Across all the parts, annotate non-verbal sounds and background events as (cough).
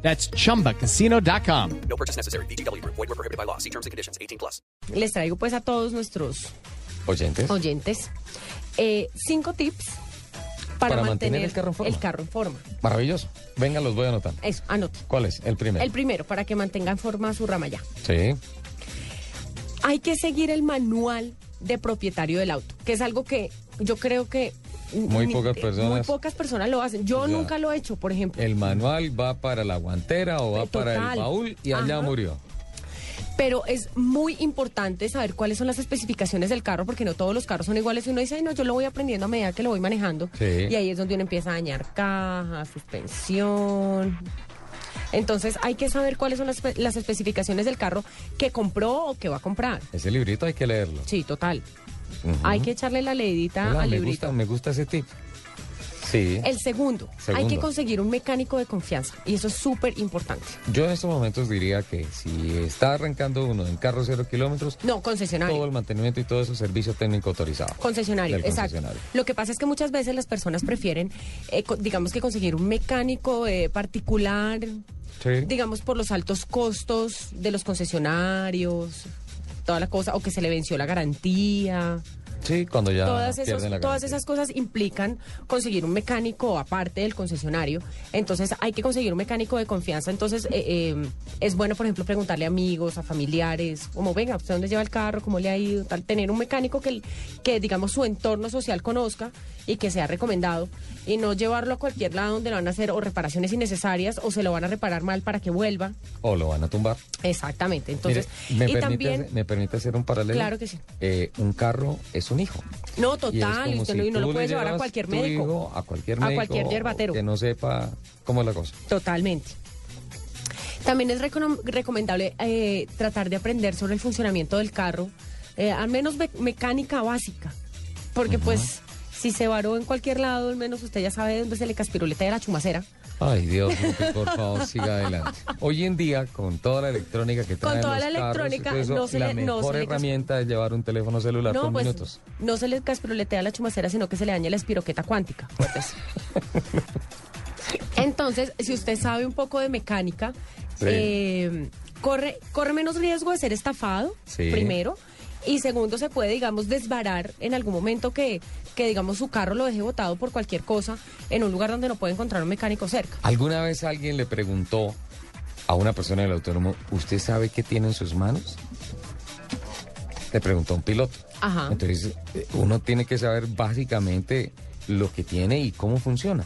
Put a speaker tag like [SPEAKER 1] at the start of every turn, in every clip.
[SPEAKER 1] That's chumbacasino.com.
[SPEAKER 2] No purchase necessary. BGW. Void were prohibited by law. See terms and conditions. 18 plus.
[SPEAKER 3] les traigo pues a todos nuestros
[SPEAKER 4] oyentes.
[SPEAKER 3] oyentes eh, cinco tips para,
[SPEAKER 4] Para mantener el carro en forma.
[SPEAKER 3] el carro en forma.
[SPEAKER 4] Maravilloso. Venga, los voy a anotar.
[SPEAKER 3] Eso, anote.
[SPEAKER 4] ¿Cuál es? El primero.
[SPEAKER 3] El primero, para que mantenga en forma su rama ya.
[SPEAKER 4] Sí.
[SPEAKER 3] Hay que seguir el manual de propietario del auto, que es algo que yo creo que...
[SPEAKER 4] Muy
[SPEAKER 3] ni-
[SPEAKER 4] pocas
[SPEAKER 3] eh, Muy
[SPEAKER 4] personas.
[SPEAKER 3] pocas personas lo hacen. Yo
[SPEAKER 4] Ya.
[SPEAKER 3] nunca lo he hecho, por ejemplo.
[SPEAKER 4] El manual va para la guantera o va para
[SPEAKER 3] Total.
[SPEAKER 4] el baúl y allá
[SPEAKER 3] Ajá.
[SPEAKER 4] murió.
[SPEAKER 3] Pero es muy importante saber cuáles son las especificaciones del carro, porque no todos los carros son iguales. Y uno dice, "Ay, no, yo lo voy aprendiendo a medida que lo voy manejando.
[SPEAKER 4] Sí.
[SPEAKER 3] Y ahí es donde uno empieza a dañar caja, suspensión. Entonces hay que saber cuáles son las, espe- las especificaciones del carro que compró o que va a comprar.
[SPEAKER 4] Ese librito hay que leerlo.
[SPEAKER 3] Sí, total.
[SPEAKER 4] Ujú.
[SPEAKER 3] Hay que echarle la leidita
[SPEAKER 4] Hola,
[SPEAKER 3] al
[SPEAKER 4] me
[SPEAKER 3] librito.
[SPEAKER 4] gusta, me gusta ese tip. Sí.
[SPEAKER 3] El segundo, hay que
[SPEAKER 4] Segundo.
[SPEAKER 3] conseguir un mecánico de confianza. Y eso es súper importante.
[SPEAKER 4] Yo en estos momentos diría que si está arrancando uno en carro cero kilómetros,
[SPEAKER 3] No, concesionario.
[SPEAKER 4] todo el mantenimiento y todo eso es servicio técnico autorizado.
[SPEAKER 3] Concesionario,
[SPEAKER 4] Del concesionario.
[SPEAKER 3] exacto. Lo que pasa es que muchas veces las personas prefieren, eh, co- digamos que conseguir un mecánico eh, particular,
[SPEAKER 4] Sí.
[SPEAKER 3] digamos por los altos costos de los concesionarios, toda la cosa, o que se le venció la garantía.
[SPEAKER 4] Sí, cuando ya
[SPEAKER 3] todas, esos-
[SPEAKER 4] pierden la
[SPEAKER 3] todas
[SPEAKER 4] garantía.
[SPEAKER 3] esas cosas implican conseguir un mecánico aparte del concesionario. Entonces hay que conseguir un mecánico de confianza. Entonces eh, eh, es bueno, por ejemplo, preguntarle a amigos, a familiares, como, venga, ¿usted dónde lleva el carro? ¿Cómo le ha ido? Tal, tener un mecánico que, el- que, digamos, su entorno social conozca y que sea recomendado y no llevarlo a cualquier lado donde lo van a hacer o reparaciones innecesarias o se lo van a reparar mal para que vuelva.
[SPEAKER 4] O lo van a tumbar.
[SPEAKER 3] Exactamente. Entonces,
[SPEAKER 4] Mire, ¿me,
[SPEAKER 3] y
[SPEAKER 4] permite,
[SPEAKER 3] también...
[SPEAKER 4] hacer- ¿me permite hacer un paralelo?
[SPEAKER 3] Claro que sí.
[SPEAKER 4] Eh, un carro es un hijo.
[SPEAKER 3] No,
[SPEAKER 4] Y es
[SPEAKER 3] total, y
[SPEAKER 4] como
[SPEAKER 3] usted
[SPEAKER 4] si
[SPEAKER 3] no- y no
[SPEAKER 4] tú
[SPEAKER 3] lo
[SPEAKER 4] le
[SPEAKER 3] puede llevar a
[SPEAKER 4] llevas
[SPEAKER 3] cualquier
[SPEAKER 4] tu
[SPEAKER 3] médico.
[SPEAKER 4] hijo a cualquier
[SPEAKER 3] A
[SPEAKER 4] médico
[SPEAKER 3] cualquier hierbatero.
[SPEAKER 4] Que no sepa cómo es la cosa.
[SPEAKER 3] Totalmente. También es recono- recomendable eh, tratar de aprender sobre el funcionamiento del carro, eh, al menos me- mecánica básica, porque pues si se varó en cualquier lado, al menos usted ya sabe dónde se le caspiroleta de la chumacera.
[SPEAKER 4] Ay, Dios, Lupi, por favor, siga adelante. Hoy en día, con toda la electrónica que
[SPEAKER 3] Con
[SPEAKER 4] traen
[SPEAKER 3] toda
[SPEAKER 4] los
[SPEAKER 3] la
[SPEAKER 4] carros,
[SPEAKER 3] electrónica,
[SPEAKER 4] eso,
[SPEAKER 3] no se
[SPEAKER 4] la
[SPEAKER 3] le- no
[SPEAKER 4] mejor
[SPEAKER 3] se le cas-
[SPEAKER 4] herramienta es llevar un teléfono celular
[SPEAKER 3] No,
[SPEAKER 4] por
[SPEAKER 3] pues
[SPEAKER 4] minutos.
[SPEAKER 3] no se le caspiroletea la chumacera, sino que se le daña la espiroqueta cuántica.
[SPEAKER 4] (laughs)
[SPEAKER 3] pues. Entonces, si usted sabe un poco de mecánica,
[SPEAKER 4] Sí.
[SPEAKER 3] eh, corre, corre menos riesgo de ser estafado,
[SPEAKER 4] Sí.
[SPEAKER 3] primero. Y segundo, se puede, digamos, desbarar en algún momento que, que, digamos, su carro lo deje botado por cualquier cosa en un lugar donde no puede encontrar un mecánico cerca.
[SPEAKER 4] ¿Alguna vez alguien le preguntó a una persona del autónomo, ¿usted sabe qué tiene en sus manos? Le preguntó un piloto.
[SPEAKER 3] Ajá.
[SPEAKER 4] Entonces, eh, uno tiene que saber básicamente lo que tiene y cómo funciona.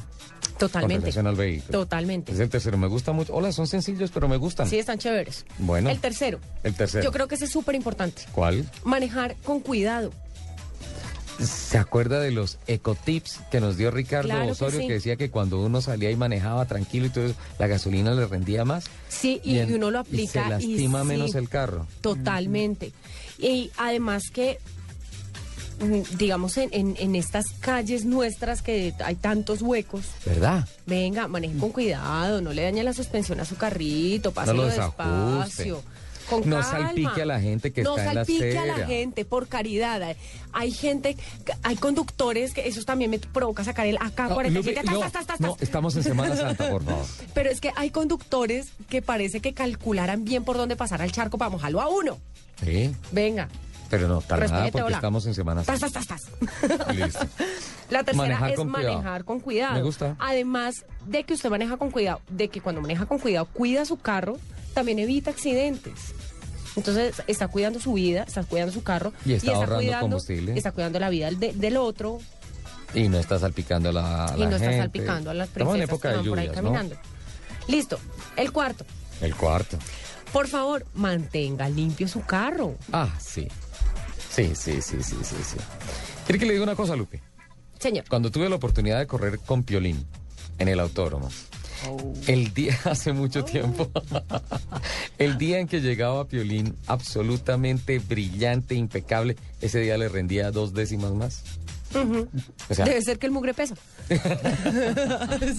[SPEAKER 3] Totalmente.
[SPEAKER 4] Con relación al vehículo.
[SPEAKER 3] Totalmente.
[SPEAKER 4] Es el tercero, me gusta mucho. Hola, son sencillos, pero me gustan.
[SPEAKER 3] Sí, están chéveres.
[SPEAKER 4] Bueno.
[SPEAKER 3] El tercero.
[SPEAKER 4] El tercero.
[SPEAKER 3] Yo creo que ese es súper importante.
[SPEAKER 4] ¿Cuál?
[SPEAKER 3] Manejar con cuidado.
[SPEAKER 4] ¿Se acuerda de los ecotips que nos dio Ricardo
[SPEAKER 3] Claro que
[SPEAKER 4] Osorio que,
[SPEAKER 3] sí.
[SPEAKER 4] decía que cuando uno salía y manejaba tranquilo y todo eso, la gasolina le rendía más?
[SPEAKER 3] Sí, y,
[SPEAKER 4] en-
[SPEAKER 3] uno lo
[SPEAKER 4] y se
[SPEAKER 3] aplica.
[SPEAKER 4] lastima
[SPEAKER 3] sí,
[SPEAKER 4] menos el carro.
[SPEAKER 3] Totalmente. Y además que, mm, digamos, en, en- en estas calles nuestras que hay tantos huecos,
[SPEAKER 4] ¿Verdad?
[SPEAKER 3] venga, maneje con cuidado, no le dañe la suspensión a su carrito, páselo
[SPEAKER 4] lo desajuste.
[SPEAKER 3] despacio. Con
[SPEAKER 4] No
[SPEAKER 3] calma.
[SPEAKER 4] salpique a la gente que
[SPEAKER 3] no
[SPEAKER 4] está en la
[SPEAKER 3] salpique a la
[SPEAKER 4] acera.
[SPEAKER 3] gente, por caridad. Hay- Hay gente, hay conductores que eso también me provoca sacar el AK-47. Tas,
[SPEAKER 4] no,
[SPEAKER 3] tas, tas, tas,
[SPEAKER 4] no,
[SPEAKER 3] tas.
[SPEAKER 4] estamos en
[SPEAKER 3] (laughs)
[SPEAKER 4] Semana Santa, por favor.
[SPEAKER 3] Pero es que hay conductores que parece que calcularan bien por dónde pasar al charco para mojarlo a uno.
[SPEAKER 4] Sí,
[SPEAKER 3] Venga.
[SPEAKER 4] pero no, para nada,
[SPEAKER 3] Respete,
[SPEAKER 4] porque
[SPEAKER 3] hola.
[SPEAKER 4] estamos en Semana
[SPEAKER 3] Tas, (laughs)
[SPEAKER 4] Santa.
[SPEAKER 3] tas, tas, tas.
[SPEAKER 4] Listo.
[SPEAKER 3] La tercera
[SPEAKER 4] Manejar
[SPEAKER 3] es
[SPEAKER 4] con cuidado.
[SPEAKER 3] manejar con cuidado.
[SPEAKER 4] Me gusta.
[SPEAKER 3] Además de que usted maneja con cuidado, de que cuando maneja con cuidado, cuida su carro, también evita accidentes. Entonces está cuidando su vida, está cuidando su carro
[SPEAKER 4] Y está ahorrando combustible.
[SPEAKER 3] Está cuidando la vida del, del otro
[SPEAKER 4] Y no está salpicando a la, a
[SPEAKER 3] y
[SPEAKER 4] la
[SPEAKER 3] no está
[SPEAKER 4] gente.
[SPEAKER 3] salpicando a las princesas
[SPEAKER 4] Estamos en
[SPEAKER 3] que
[SPEAKER 4] época de
[SPEAKER 3] van por ahí
[SPEAKER 4] lluvias, ¿no?
[SPEAKER 3] caminando. Listo. El cuarto.
[SPEAKER 4] El cuarto.
[SPEAKER 3] Por favor, mantenga limpio su carro.
[SPEAKER 4] Ah, sí. Sí, sí, sí, sí, sí, sí. Quiere que le diga una cosa, Lupe.
[SPEAKER 3] Señor.
[SPEAKER 4] Cuando tuve la oportunidad de correr con Piolín en el autódromo,
[SPEAKER 3] Oh.
[SPEAKER 4] El día, (laughs) hace mucho tiempo, (laughs) el día en que llegaba Piolín absolutamente brillante, impecable, ese día le rendía dos décimas más.
[SPEAKER 3] (laughs)
[SPEAKER 4] O sea,
[SPEAKER 3] Debe ser que el mugre pesa.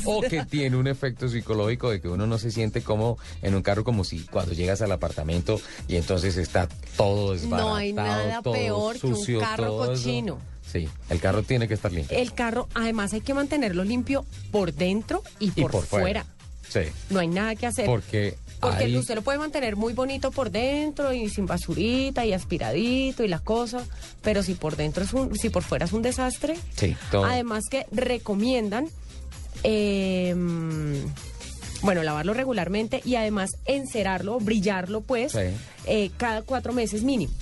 [SPEAKER 4] o que tiene un efecto psicológico de que uno no se siente como en un carro como si cuando llegas al apartamento y entonces está todo desbaratado,
[SPEAKER 3] No hay nada
[SPEAKER 4] todo
[SPEAKER 3] peor que un
[SPEAKER 4] sucio,
[SPEAKER 3] carro
[SPEAKER 4] todo eso.
[SPEAKER 3] cochino.
[SPEAKER 4] Sí, el carro tiene que estar limpio.
[SPEAKER 3] El carro, además, hay que mantenerlo limpio por dentro y por, fuera.
[SPEAKER 4] Sí,
[SPEAKER 3] No hay nada que hacer.
[SPEAKER 4] porque,
[SPEAKER 3] Porque
[SPEAKER 4] ahí-
[SPEAKER 3] usted lo puede mantener muy bonito por dentro y sin basurita y aspiradito y las cosas, pero si por dentro es un, si por fuera es un desastre.
[SPEAKER 4] Sí, todo.
[SPEAKER 3] Además que recomiendan, eh, bueno, lavarlo regularmente y además encerarlo, brillarlo, pues,
[SPEAKER 4] Sí.
[SPEAKER 3] eh, cada cuatro meses mínimo.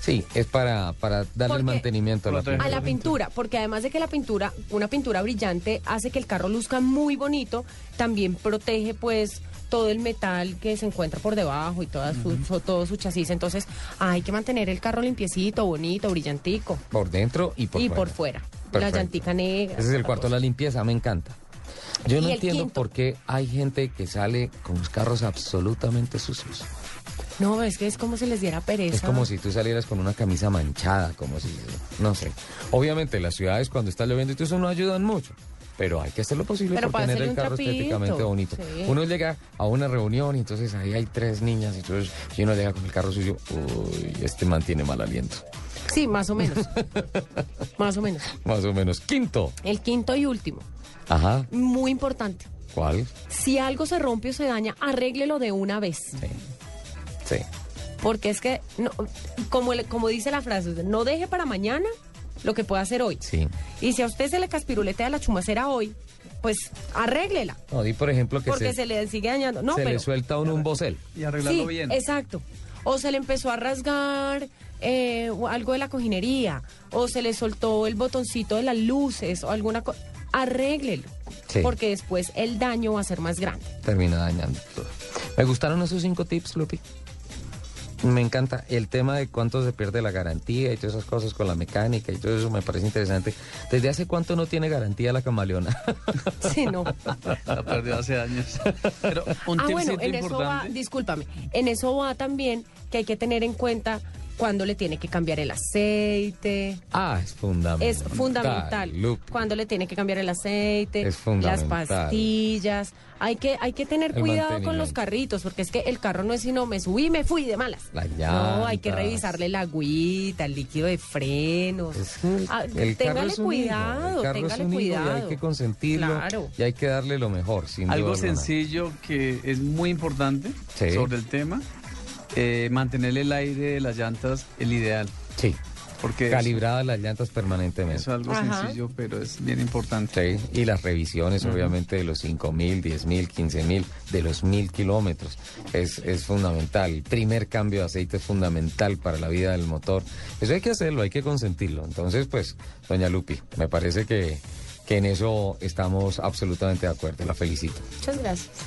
[SPEAKER 4] Sí, es para, para darle
[SPEAKER 3] Porque-
[SPEAKER 4] el mantenimiento a la
[SPEAKER 3] A la
[SPEAKER 4] pintura.
[SPEAKER 3] pintura, porque además de que la pintura, una pintura brillante hace que el carro luzca muy bonito, también protege pues todo el metal que se encuentra por debajo y toda su, so- todo su chasis. Entonces hay que mantener el carro limpiecito, bonito, brillantico
[SPEAKER 4] Por dentro y por
[SPEAKER 3] y
[SPEAKER 4] fuera.
[SPEAKER 3] por fuera. La
[SPEAKER 4] Perfecto.
[SPEAKER 3] llantica negra.
[SPEAKER 4] Ese es el
[SPEAKER 3] la
[SPEAKER 4] cuarto,
[SPEAKER 3] cosa.
[SPEAKER 4] la limpieza, me encanta. Yo
[SPEAKER 3] Y
[SPEAKER 4] no
[SPEAKER 3] el
[SPEAKER 4] entiendo
[SPEAKER 3] quinto.
[SPEAKER 4] por qué hay gente que sale con los carros absolutamente sucios.
[SPEAKER 3] No, es que es como si les diera pereza.
[SPEAKER 4] Es como si tú salieras con una camisa manchada, como si, no sé. Obviamente las ciudades cuando está lloviendo y todo eso no ayudan mucho, pero hay que hacer lo posible
[SPEAKER 3] Pero
[SPEAKER 4] por
[SPEAKER 3] para
[SPEAKER 4] tener
[SPEAKER 3] hacerle
[SPEAKER 4] el
[SPEAKER 3] un
[SPEAKER 4] carro
[SPEAKER 3] trapito,
[SPEAKER 4] estéticamente bonito.
[SPEAKER 3] sí.
[SPEAKER 4] Uno llega a una reunión y entonces ahí hay tres niñas y entonces y uno llega con el carro suyo, uy, este man tiene mal aliento.
[SPEAKER 3] Sí, más o
[SPEAKER 4] (laughs)
[SPEAKER 3] menos. más o menos.
[SPEAKER 4] Más o menos. Quinto.
[SPEAKER 3] El quinto y último,
[SPEAKER 4] Ajá.
[SPEAKER 3] muy importante.
[SPEAKER 4] ¿Cuál?
[SPEAKER 3] Si algo se rompe o se daña, arréglelo de una vez.
[SPEAKER 4] Sí. Sí.
[SPEAKER 3] Porque es que, no, como, el- como dice la frase, no deje para mañana lo que pueda hacer hoy.
[SPEAKER 4] Sí.
[SPEAKER 3] Y si a usted se le caspiruletea la chumacera hoy, pues arréglela.
[SPEAKER 4] No, di por ejemplo que
[SPEAKER 3] Porque
[SPEAKER 4] se,
[SPEAKER 3] se, le sigue dañando. No,
[SPEAKER 4] se
[SPEAKER 3] pero,
[SPEAKER 4] le suelta a uno un bocel.
[SPEAKER 5] Y arreglarlo
[SPEAKER 3] sí,
[SPEAKER 5] bien.
[SPEAKER 3] Exacto. O se le empezó a rasgar eh, o algo de la cojinería. O se le soltó el botoncito de las luces o alguna cosa. Arréglelo.
[SPEAKER 4] Sí.
[SPEAKER 3] Porque después el daño va a ser más grande. (laughs)
[SPEAKER 4] termina dañando todo. Me gustaron esos cinco tips, Lupi. Me encanta el tema de cuánto se pierde la garantía y todas esas cosas con la mecánica y todo eso me parece interesante. ¿Desde hace cuánto no tiene garantía la camaleona? (laughs)
[SPEAKER 3] Sí, no.
[SPEAKER 5] La perdió hace años. Pero un
[SPEAKER 3] ah,
[SPEAKER 5] tipcito
[SPEAKER 3] bueno, en eso va,
[SPEAKER 5] importante.
[SPEAKER 3] discúlpame, en eso va también que hay que tener en cuenta cuándo le tiene que cambiar el aceite.
[SPEAKER 4] ah, es fundamental.
[SPEAKER 3] Es fundamental.
[SPEAKER 4] Lupi.
[SPEAKER 3] Cuándo le tiene que cambiar el aceite,
[SPEAKER 4] Es fundamental.
[SPEAKER 3] las pastillas. Hay que, hay que tener
[SPEAKER 4] El
[SPEAKER 3] cuidado con los
[SPEAKER 4] mantenimiento.
[SPEAKER 3] carritos, porque es que el carro no es sino me subí, me fui de malas.
[SPEAKER 4] Las
[SPEAKER 3] no, hay que
[SPEAKER 4] llantas.
[SPEAKER 3] revisarle la agüita, el líquido de frenos.
[SPEAKER 4] Es que
[SPEAKER 3] Ah,
[SPEAKER 4] el carro
[SPEAKER 3] téngale
[SPEAKER 4] es un hijo, el
[SPEAKER 3] cuidado,
[SPEAKER 4] carro es
[SPEAKER 3] téngale
[SPEAKER 4] un hijo
[SPEAKER 3] cuidado.
[SPEAKER 4] Y hay que consentirlo
[SPEAKER 3] Claro.
[SPEAKER 4] y hay que darle lo mejor. sin
[SPEAKER 5] Algo
[SPEAKER 4] duda alguna.
[SPEAKER 5] sencillo que es muy importante
[SPEAKER 4] Sí.
[SPEAKER 5] sobre el tema. eh, mantener el aire de las llantas el ideal.
[SPEAKER 4] Sí.
[SPEAKER 5] Porque eso-
[SPEAKER 4] Calibradas las llantas permanentemente.
[SPEAKER 5] eso es algo
[SPEAKER 3] Ajá.
[SPEAKER 5] sencillo, pero es bien importante.
[SPEAKER 4] Sí, y las revisiones, obviamente, de los 5.000, 10.000, 15.000, de los 1.000 kilómetros. Es, es fundamental. El primer cambio de aceite es fundamental para la vida del motor. Eso hay que hacerlo, hay que consentirlo. Entonces, pues, doña Lupi, me parece que, que en eso estamos absolutamente de acuerdo. La felicito.
[SPEAKER 3] Muchas gracias.